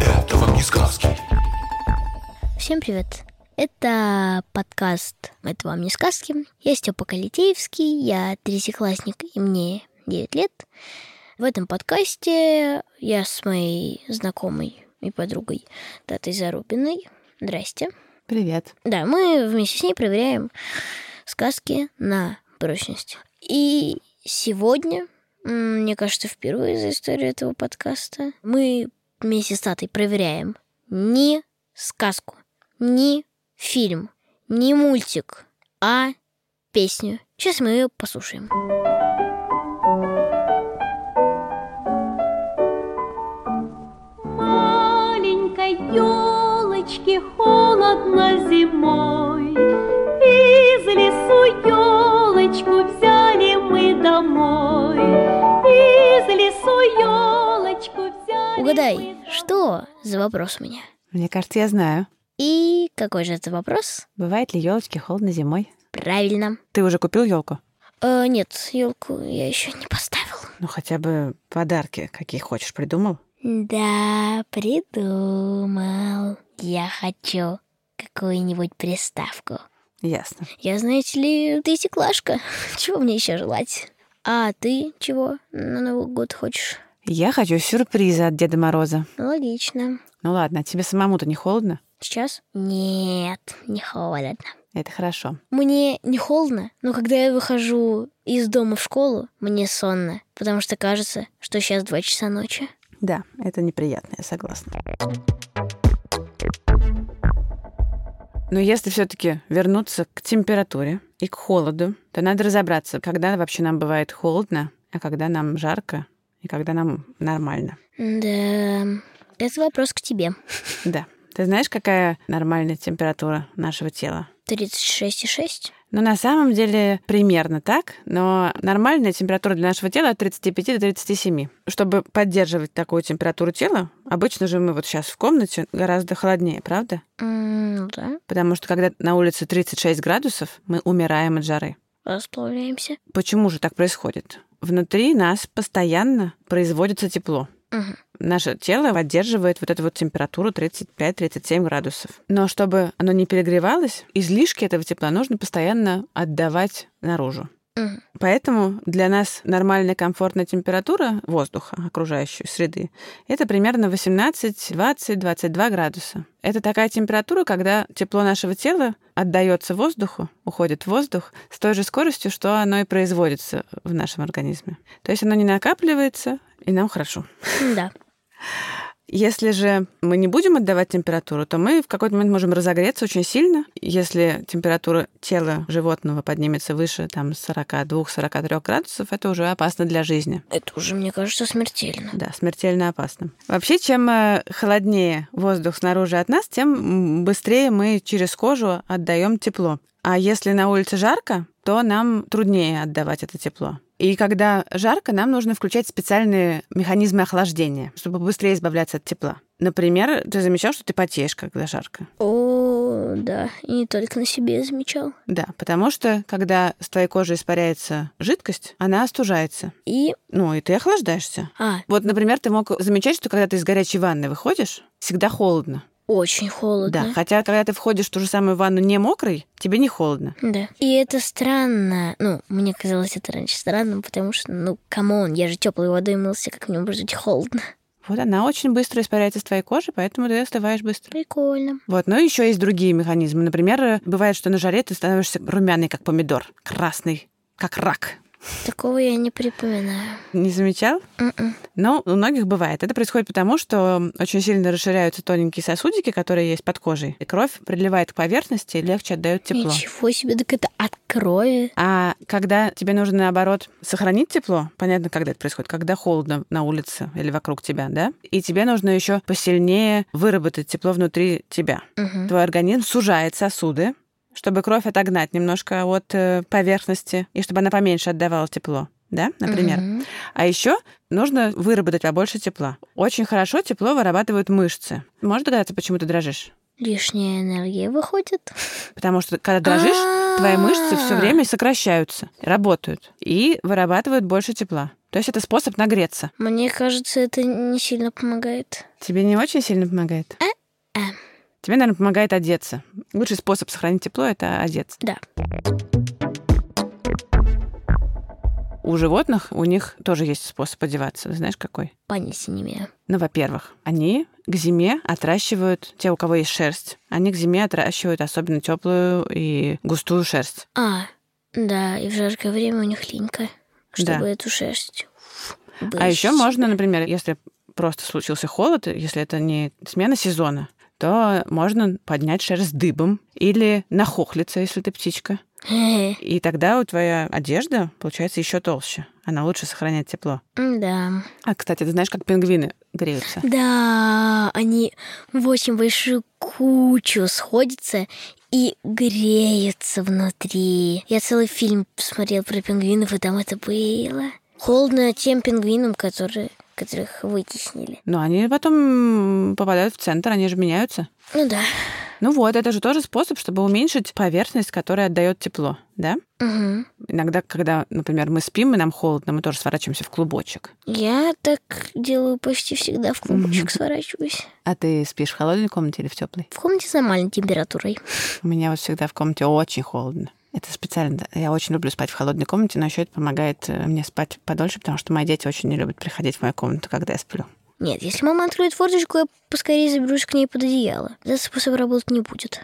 Это вам не сказки. Всем привет! Это подкаст «Это вам не сказки». Я Степа Калитеевский, я третьеклассник, и мне 9 лет. В этом подкасте я с моей знакомой и подругой Татой Зарубиной. Здрасте. Привет. Да, мы вместе с ней проверяем сказки на прочность. И сегодня, м, мне кажется, впервые за историю этого подкаста, мы вместе с Татой проверяем не сказку, не фильм, не мультик, а песню. Сейчас мы ее послушаем. маленькой елочке холодно зимой. Из лесу елочку взяли мы домой. Из лесу елочку взяли Угадай, мы домой. что за вопрос у меня? Мне кажется, я знаю. И какой же это вопрос? Бывает ли елочки холодно зимой? Правильно. Ты уже купил елку? Э, нет, елку я еще не поставил. Ну, хотя бы подарки, какие хочешь, придумал. Да, придумал. Я хочу какую-нибудь приставку. Ясно. Я, знаете ли, третьеклашка. Чего мне еще желать? А ты чего на Новый год хочешь? Я хочу сюрприза от Деда Мороза. Ну, Логично. Ну ладно, а тебе самому-то не холодно? Сейчас? Нет, не холодно. Это хорошо. Мне не холодно, но когда я выхожу из дома в школу, мне сонно, потому что кажется, что сейчас два часа ночи. Да, это неприятно, я согласна. Но если все-таки вернуться к температуре и к холоду, то надо разобраться, когда вообще нам бывает холодно, а когда нам жарко и когда нам нормально. Да, это вопрос к тебе. Да. Ты знаешь, какая нормальная температура нашего тела? 36,6? Ну, на самом деле, примерно так, но нормальная температура для нашего тела от 35 до 37. Чтобы поддерживать такую температуру тела, обычно же мы вот сейчас в комнате гораздо холоднее, правда? М, Ну да, Потому что когда на улице 36 градусов, мы умираем от жары. расплавляемся. Почему же так происходит? Внутри нас постоянно производится тепло. Мгм. Наше тело поддерживает вот эту вот температуру 35-37 градусов. Но чтобы оно не перегревалось, излишки этого тепла нужно постоянно отдавать наружу. Мгм. Поэтому для нас нормальная комфортная температура воздуха, окружающей среды, это примерно 18, 20, 22 градуса. Это такая температура, когда тепло нашего тела отдается воздуху, уходит в воздух с той же скоростью, что оно и производится в нашем организме. То есть оно не накапливается, и нам хорошо. Да. Если же мы не будем отдавать температуру, то мы в какой-то момент можем разогреться очень сильно. Если температура тела животного поднимется выше там, 42-43 градусов, это уже опасно для жизни. Это уже, мне кажется, смертельно. Да, смертельно опасно. Вообще, чем э, холоднее воздух снаружи от нас, тем м, быстрее мы через кожу отдаем тепло. А если на улице жарко, то нам труднее отдавать это тепло. И когда жарко, нам нужно включать специальные механизмы охлаждения, чтобы быстрее избавляться от тепла. Например, ты замечал, что ты потеешь, когда жарко? О, да, и не только на себе я замечал. Да, потому что, когда с твоей кожи испаряется жидкость, она остужается. И, Ну, и ты охлаждаешься. а, Вот, например, ты мог замечать, что когда ты из горячей ванны выходишь, всегда холодно. очень холодно. Да, хотя когда ты входишь в ту же самую ванну не мокрой, тебе не холодно. Да. И это странно. Ну, мне казалось это раньше странным, потому что, ну, камон, я же теплой водой мылся, как мне может быть холодно. Вот она очень быстро испаряется с твоей кожи, поэтому ты остываешь быстро. Прикольно. Вот, но еще есть другие механизмы. Например, э, бывает, что на жаре ты становишься румяный, как помидор, красный, как рак. Такого я не припоминаю. М-м. Не замечал? Мгм. Но у многих бывает. Это происходит потому, что очень сильно расширяются тоненькие сосудики, которые есть под кожей, и кровь приливает к поверхности и легче отдает тепло. Ничего себе, так это от крови. А когда тебе нужно, наоборот, сохранить тепло, понятно, когда это происходит, когда холодно на улице или вокруг тебя, да, и тебе нужно еще посильнее выработать тепло внутри тебя. Мгм. Твой организм сужает сосуды, чтобы кровь отогнать немножко от э, поверхности, и чтобы она поменьше отдавала тепло, да, например. Мгм. А еще нужно выработать побольше тепла. Очень хорошо тепло вырабатывают мышцы. Можешь догадаться, почему ты дрожишь? Лишняя энергия выходит. Потому что когда дрожишь, твои мышцы все А. время сокращаются, работают и вырабатывают больше тепла. То есть это способ нагреться. Мне кажется, это не сильно помогает. Тебе не очень сильно помогает? Э. Тебе, наверное, помогает одеться. Лучший способ сохранить тепло – это одеться. Да. У животных у них тоже есть способ одеваться. Знаешь, какой? Понятия не имею. Ну, во-первых, они к зиме отращивают, те, у кого есть шерсть, они к зиме отращивают особенно теплую и густую шерсть. А, да, и в жаркое время у них линька, чтобы эту шерсть. А еще выбросить. можно, например, если просто случился холод, если это не смена сезона, то можно поднять шерсть дыбом или нахохлиться, если ты птичка. И тогда у твоя одежда получается еще толще. Она лучше сохраняет тепло. Да. А, кстати, ты знаешь, как пингвины греются? Да, они в очень большую кучу сходятся и греются внутри. Я целый фильм смотрел про пингвинов, и там это было. Холодно тем пингвинам, которые, которых вытеснили. Но Ну, они потом м, попадают в центр, они же меняются. Ну да. Ну вот, это же тоже способ, чтобы уменьшить поверхность, которая отдает тепло, да? Мгм. Иногда, когда, например, мы спим и нам холодно, мы тоже сворачиваемся в клубочек. Я так делаю почти всегда, в клубочек сворачиваюсь. А ты спишь в холодной комнате или в теплой? В комнате с нормальной температурой. У меня вот всегда в комнате очень холодно. Это специально. да. Я очень люблю спать в холодной комнате, но еще это помогает э, мне спать подольше, потому что мои дети очень не любят приходить в мою комнату, когда я сплю. Нет, если мама откроет форточку, я поскорее заберусь к ней под одеяло. Этот способ работать не будет.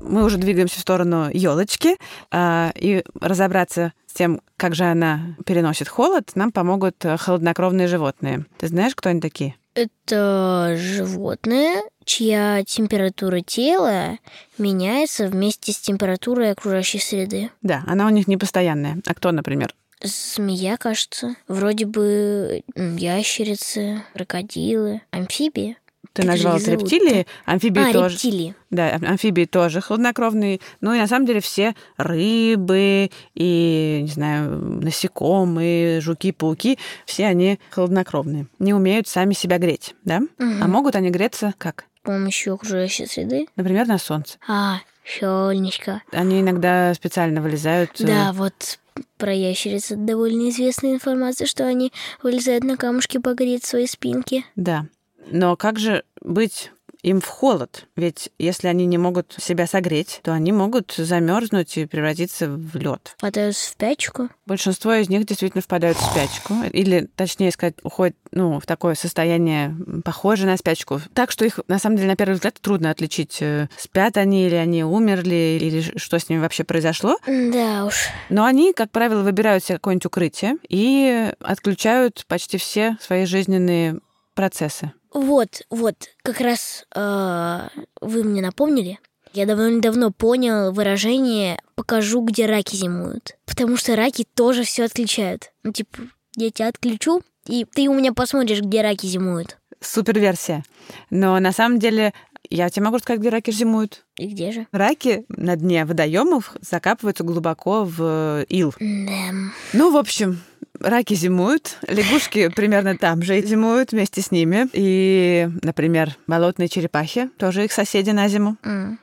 Мы уже двигаемся в сторону елочки, и разобраться с тем, как же она переносит холод, нам помогут э, холоднокровные животные. Ты знаешь, кто они такие? Это животное, чья температура тела меняется вместе с температурой окружающей среды. Да, она у них непостоянная. А кто, например? Змея, кажется. Вроде бы м, ящерицы, крокодилы, амфибии. Ты Как же назвала их это зовут-то? рептилии, амфибии а, тоже. рептилии. Да, ам- амфибии тоже хладнокровные. Ну и на самом деле все рыбы и, не знаю, насекомые, жуки, пауки, все они хладнокровные. Не умеют сами себя греть, да? А могут они греться как? С помощью окружающей среды. Например, на солнце. А, щелничка. Они иногда специально вылезают. э, Да, вот про ящериц это довольно известная информация, что они вылезают на камушки погреть свои спинки. Да. Но как же быть им в холод? Ведь если они не могут себя согреть, то они могут замерзнуть и превратиться в лед. Хватаются в пячку. Большинство из них действительно впадают в спячку, или, точнее сказать, уходят ну, в такое состояние, м, похожее на спячку. Так что их, на самом деле, на первый взгляд трудно отличить, э, спят они или они умерли, или ж- что с ними вообще произошло. Да уж. Но они, как правило, выбирают себе какое-нибудь укрытие и отключают почти все свои жизненные процессы. Вот, вот, как раз э, вы мне напомнили. Я довольно давно понял выражение «покажу, где раки зимуют». Потому что раки тоже все отключают. Ну, типа, я тебя отключу, и ты у меня посмотришь, где раки зимуют. Суперверсия. Но на самом деле, я тебе могу сказать, где раки зимуют. И где же? Раки на дне водоемов закапываются глубоко в э, ил. Да. Ну, в общем, раки зимуют, лягушки примерно там же зимуют вместе с ними. И, например, болотные черепахи, тоже их соседи на зиму.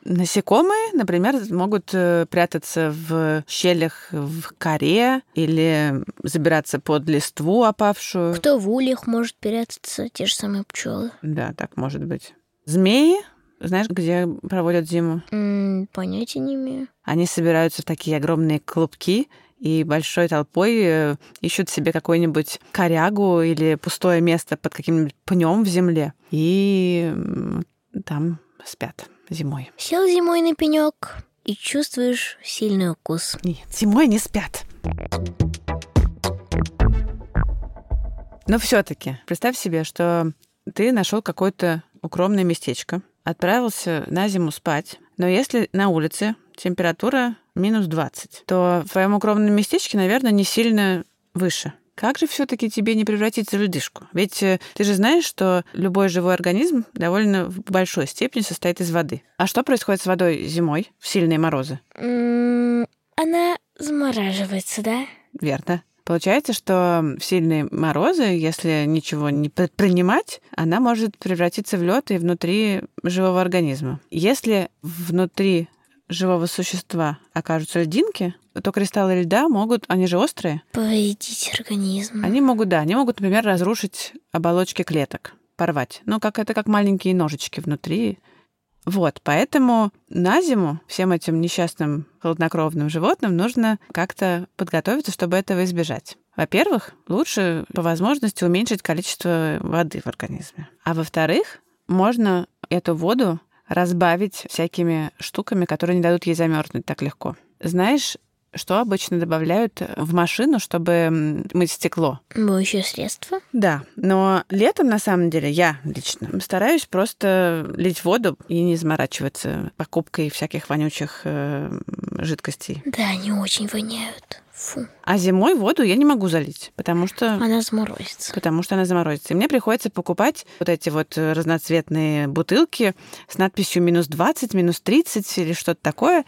Насекомые, например, могут э, прятаться в щелях в коре или забираться под листву опавшую. Кто в ульях может прятаться? Те же самые пчелы. Да, так может быть. Змеи, знаешь, где проводят зиму? М, понятия не имею. Они собираются в такие огромные клубки и большой толпой э, ищут себе какую-нибудь корягу или пустое место под каким-нибудь пнем в земле. И м, там спят зимой. Сел зимой на пенек и чувствуешь сильный укус. Нет, зимой не спят. Но все-таки представь себе, что ты нашел какое-то укромное местечко, отправился на зиму спать, но если на улице температура минус 20, то в твоем укромном местечке, наверное, не сильно выше. Как же все-таки тебе не превратиться в ледышку? Ведь э, ты же знаешь, что любой живой организм довольно в большой степени состоит из воды. А что происходит с водой зимой в сильные морозы? М, Она замораживается, да? Верно. Получается, что в сильные морозы, если ничего не предпринимать, она может превратиться в лед и внутри живого организма. Если внутри живого существа окажутся льдинки, то кристаллы льда могут, они же острые, Повредить организм. они могут, да, они могут, например, разрушить оболочки клеток, порвать. Ну, как это как маленькие ножички внутри. Вот, поэтому на зиму всем этим несчастным холоднокровным животным нужно как-то подготовиться, чтобы этого избежать. Во-первых, лучше по возможности уменьшить количество воды в организме. А во-вторых, можно эту воду разбавить всякими штуками, которые не дадут ей замерзнуть так легко. Знаешь, что обычно добавляют в машину, чтобы м, мыть стекло? Моющее средство. Да, но летом, на самом деле, я лично стараюсь просто лить воду и не заморачиваться покупкой всяких вонючих э, жидкостей. Да, они очень воняют. Фу. А зимой воду я не могу залить, потому что... Она заморозится. Потому что она заморозится. И мне приходится покупать вот эти вот э, разноцветные бутылки с надписью минус 20, минус 30 или что-то такое.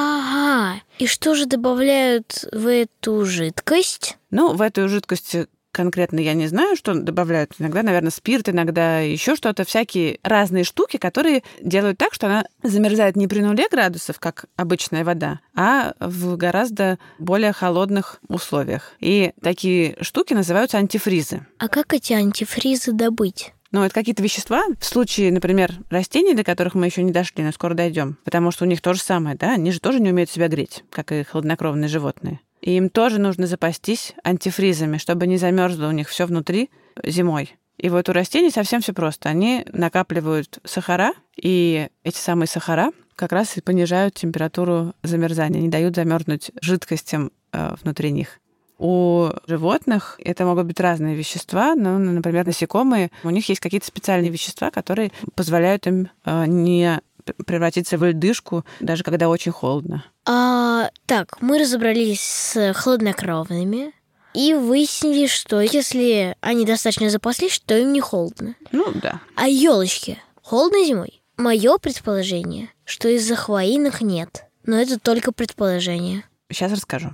Ага. И что же добавляют в эту жидкость? Ну, в эту жидкость конкретно я не знаю, что добавляют. Иногда, наверное, спирт, иногда еще что-то, всякие разные штуки, которые делают так, что она замерзает не при нуле градусов, как обычная вода, а в гораздо более холодных условиях. И такие штуки называются антифризы. А как эти антифризы добыть? Ну, это какие-то вещества. В случае, например, растений, до которых мы еще не дошли, но скоро дойдем. Потому что у них то же самое, да? Они же тоже не умеют себя греть, как и хладнокровные животные. И им тоже нужно запастись антифризами, чтобы не замерзло у них все внутри зимой. И вот у растений совсем все просто. Они накапливают сахара, и эти самые сахара как раз и понижают температуру замерзания, не дают замерзнуть жидкостям э, внутри них. У животных это могут быть разные вещества, но, ну, например, насекомые, у них есть какие-то специальные вещества, которые позволяют им э, не п- превратиться в льдышку, даже когда очень холодно. А, так, мы разобрались с хладнокровными и выяснили, что если они достаточно запаслись, то им не холодно. Ну да. А елочки холодно зимой? Мое предположение, что из-за хвоинок нет. Но это только предположение. Сейчас расскажу.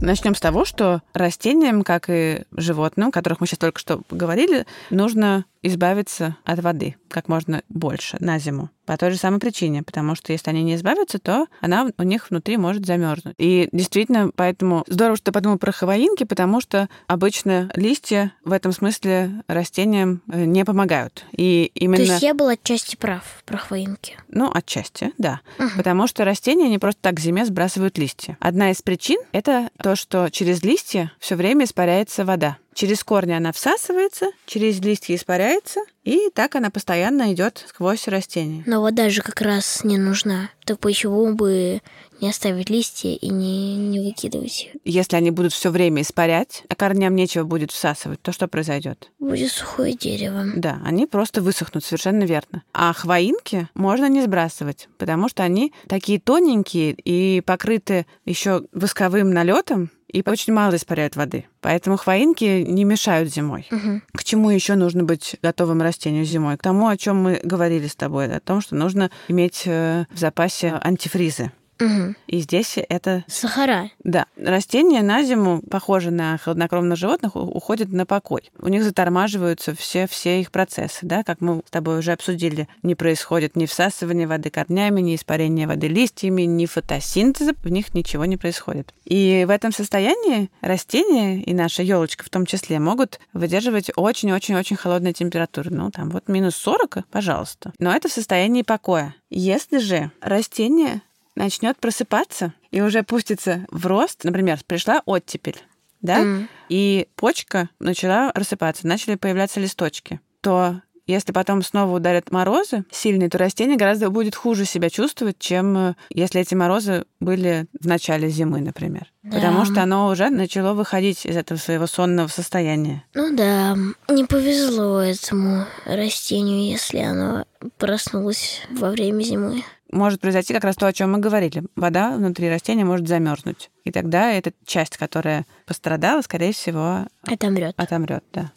Начнем с того, что растениям, как и животным, о которых мы сейчас только что говорили, нужно избавиться от воды как можно больше на зиму. По той же самой причине, потому что если они не избавятся, то она у них внутри может замерзнуть. И действительно, поэтому здорово, что ты подумал про хаваинки, потому что обычно листья в этом смысле растениям э, не помогают. И именно... То есть я был отчасти прав про хвоинки. Ну, отчасти, да. Потому что растения не просто так к зиме сбрасывают листья. Одна из причин — это то, что через листья все время испаряется вода. Через корни она всасывается, через листья испаряется, и так она постоянно идет сквозь растение. Но вода же как раз не нужна. Так почему бы не оставить листья и не, не выкидывать их? Если они будут все время испарять, а корням нечего будет всасывать, то что произойдет? Будет сухое дерево. Да, они просто высохнут, совершенно верно. А хвоинки можно не сбрасывать, потому что они такие тоненькие и покрыты еще восковым налетом, и очень мало испаряют воды. Поэтому хвоинки не мешают зимой. Мгм. К чему еще нужно быть готовым растению зимой? К тому, о чем мы говорили с тобой, о том, что нужно иметь э, в запасе антифризы. Мгм. И здесь это Сахара. да, растения на зиму, похожие на хладнокровных животных, у- уходят на покой. У них затормаживаются все, все их процессы, да, как мы с тобой уже обсудили. Не происходит ни всасывание воды корнями, ни испарение воды листьями, ни фотосинтеза, в них ничего не происходит. И в этом состоянии растения и наша елочка в том числе могут выдерживать очень-очень-очень холодные температуры. Ну, там вот минус 40, пожалуйста. Но это в состоянии покоя. Если же растение начнет просыпаться и уже пустится в рост. Например, пришла оттепель, да, М. и почка начала рассыпаться, начали появляться листочки, то Если потом снова ударят морозы сильные, то растение гораздо будет хуже себя чувствовать, чем э, если эти морозы были в начале зимы, например. Потому Да. что оно уже начало выходить из этого своего сонного состояния. Ну да, не повезло этому растению, если оно проснулось во время зимы. Может произойти как раз то, о чем мы говорили. Вода внутри растения может замерзнуть. И тогда эта часть, которая пострадала, скорее всего, Отомрет. отомрет, да.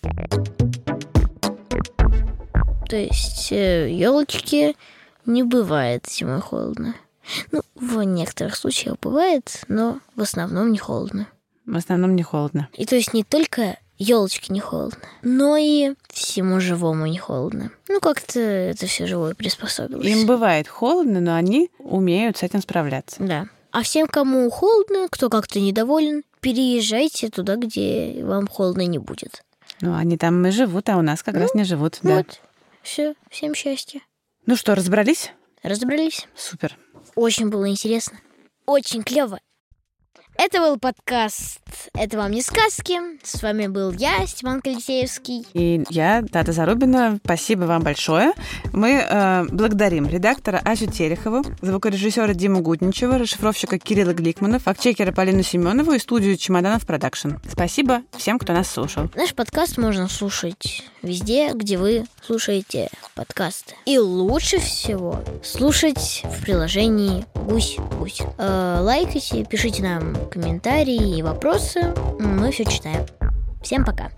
То есть елочки не бывает зимой холодно. Ну, в некоторых случаях бывает, но в основном не холодно. В основном не холодно. И то есть не только елочке не холодно, но и всему живому не холодно. Ну, как-то это все живое приспособилось. Им бывает холодно, но они умеют с этим справляться. Да. А всем, кому холодно, кто как-то недоволен, переезжайте туда, где вам холодно не будет. Ну, они там и живут, а у нас как раз не живут. Да. Вот. Все. Всем счастья. Ну что, разобрались? Разобрались? Супер. Очень было интересно. Очень клево. Это был подкаст «Это вам не сказки». С вами был я, Степан Колесеевский. И я, Тата Зарубина, спасибо вам большое. Мы э, благодарим редактора Асю Терехову, звукорежиссера Диму Гутничева, расшифровщика Кирилла Гликмана, фактчекера Полину Семенову и студию Чемоданов Продакшн. Спасибо всем, кто нас слушал. Наш подкаст можно слушать везде, где вы слушаете подкасты. И лучше всего слушать в приложении «Гусь-гусь». Э, лайкайте, пишите нам комментарии и вопросы. Мы все читаем. Всем пока.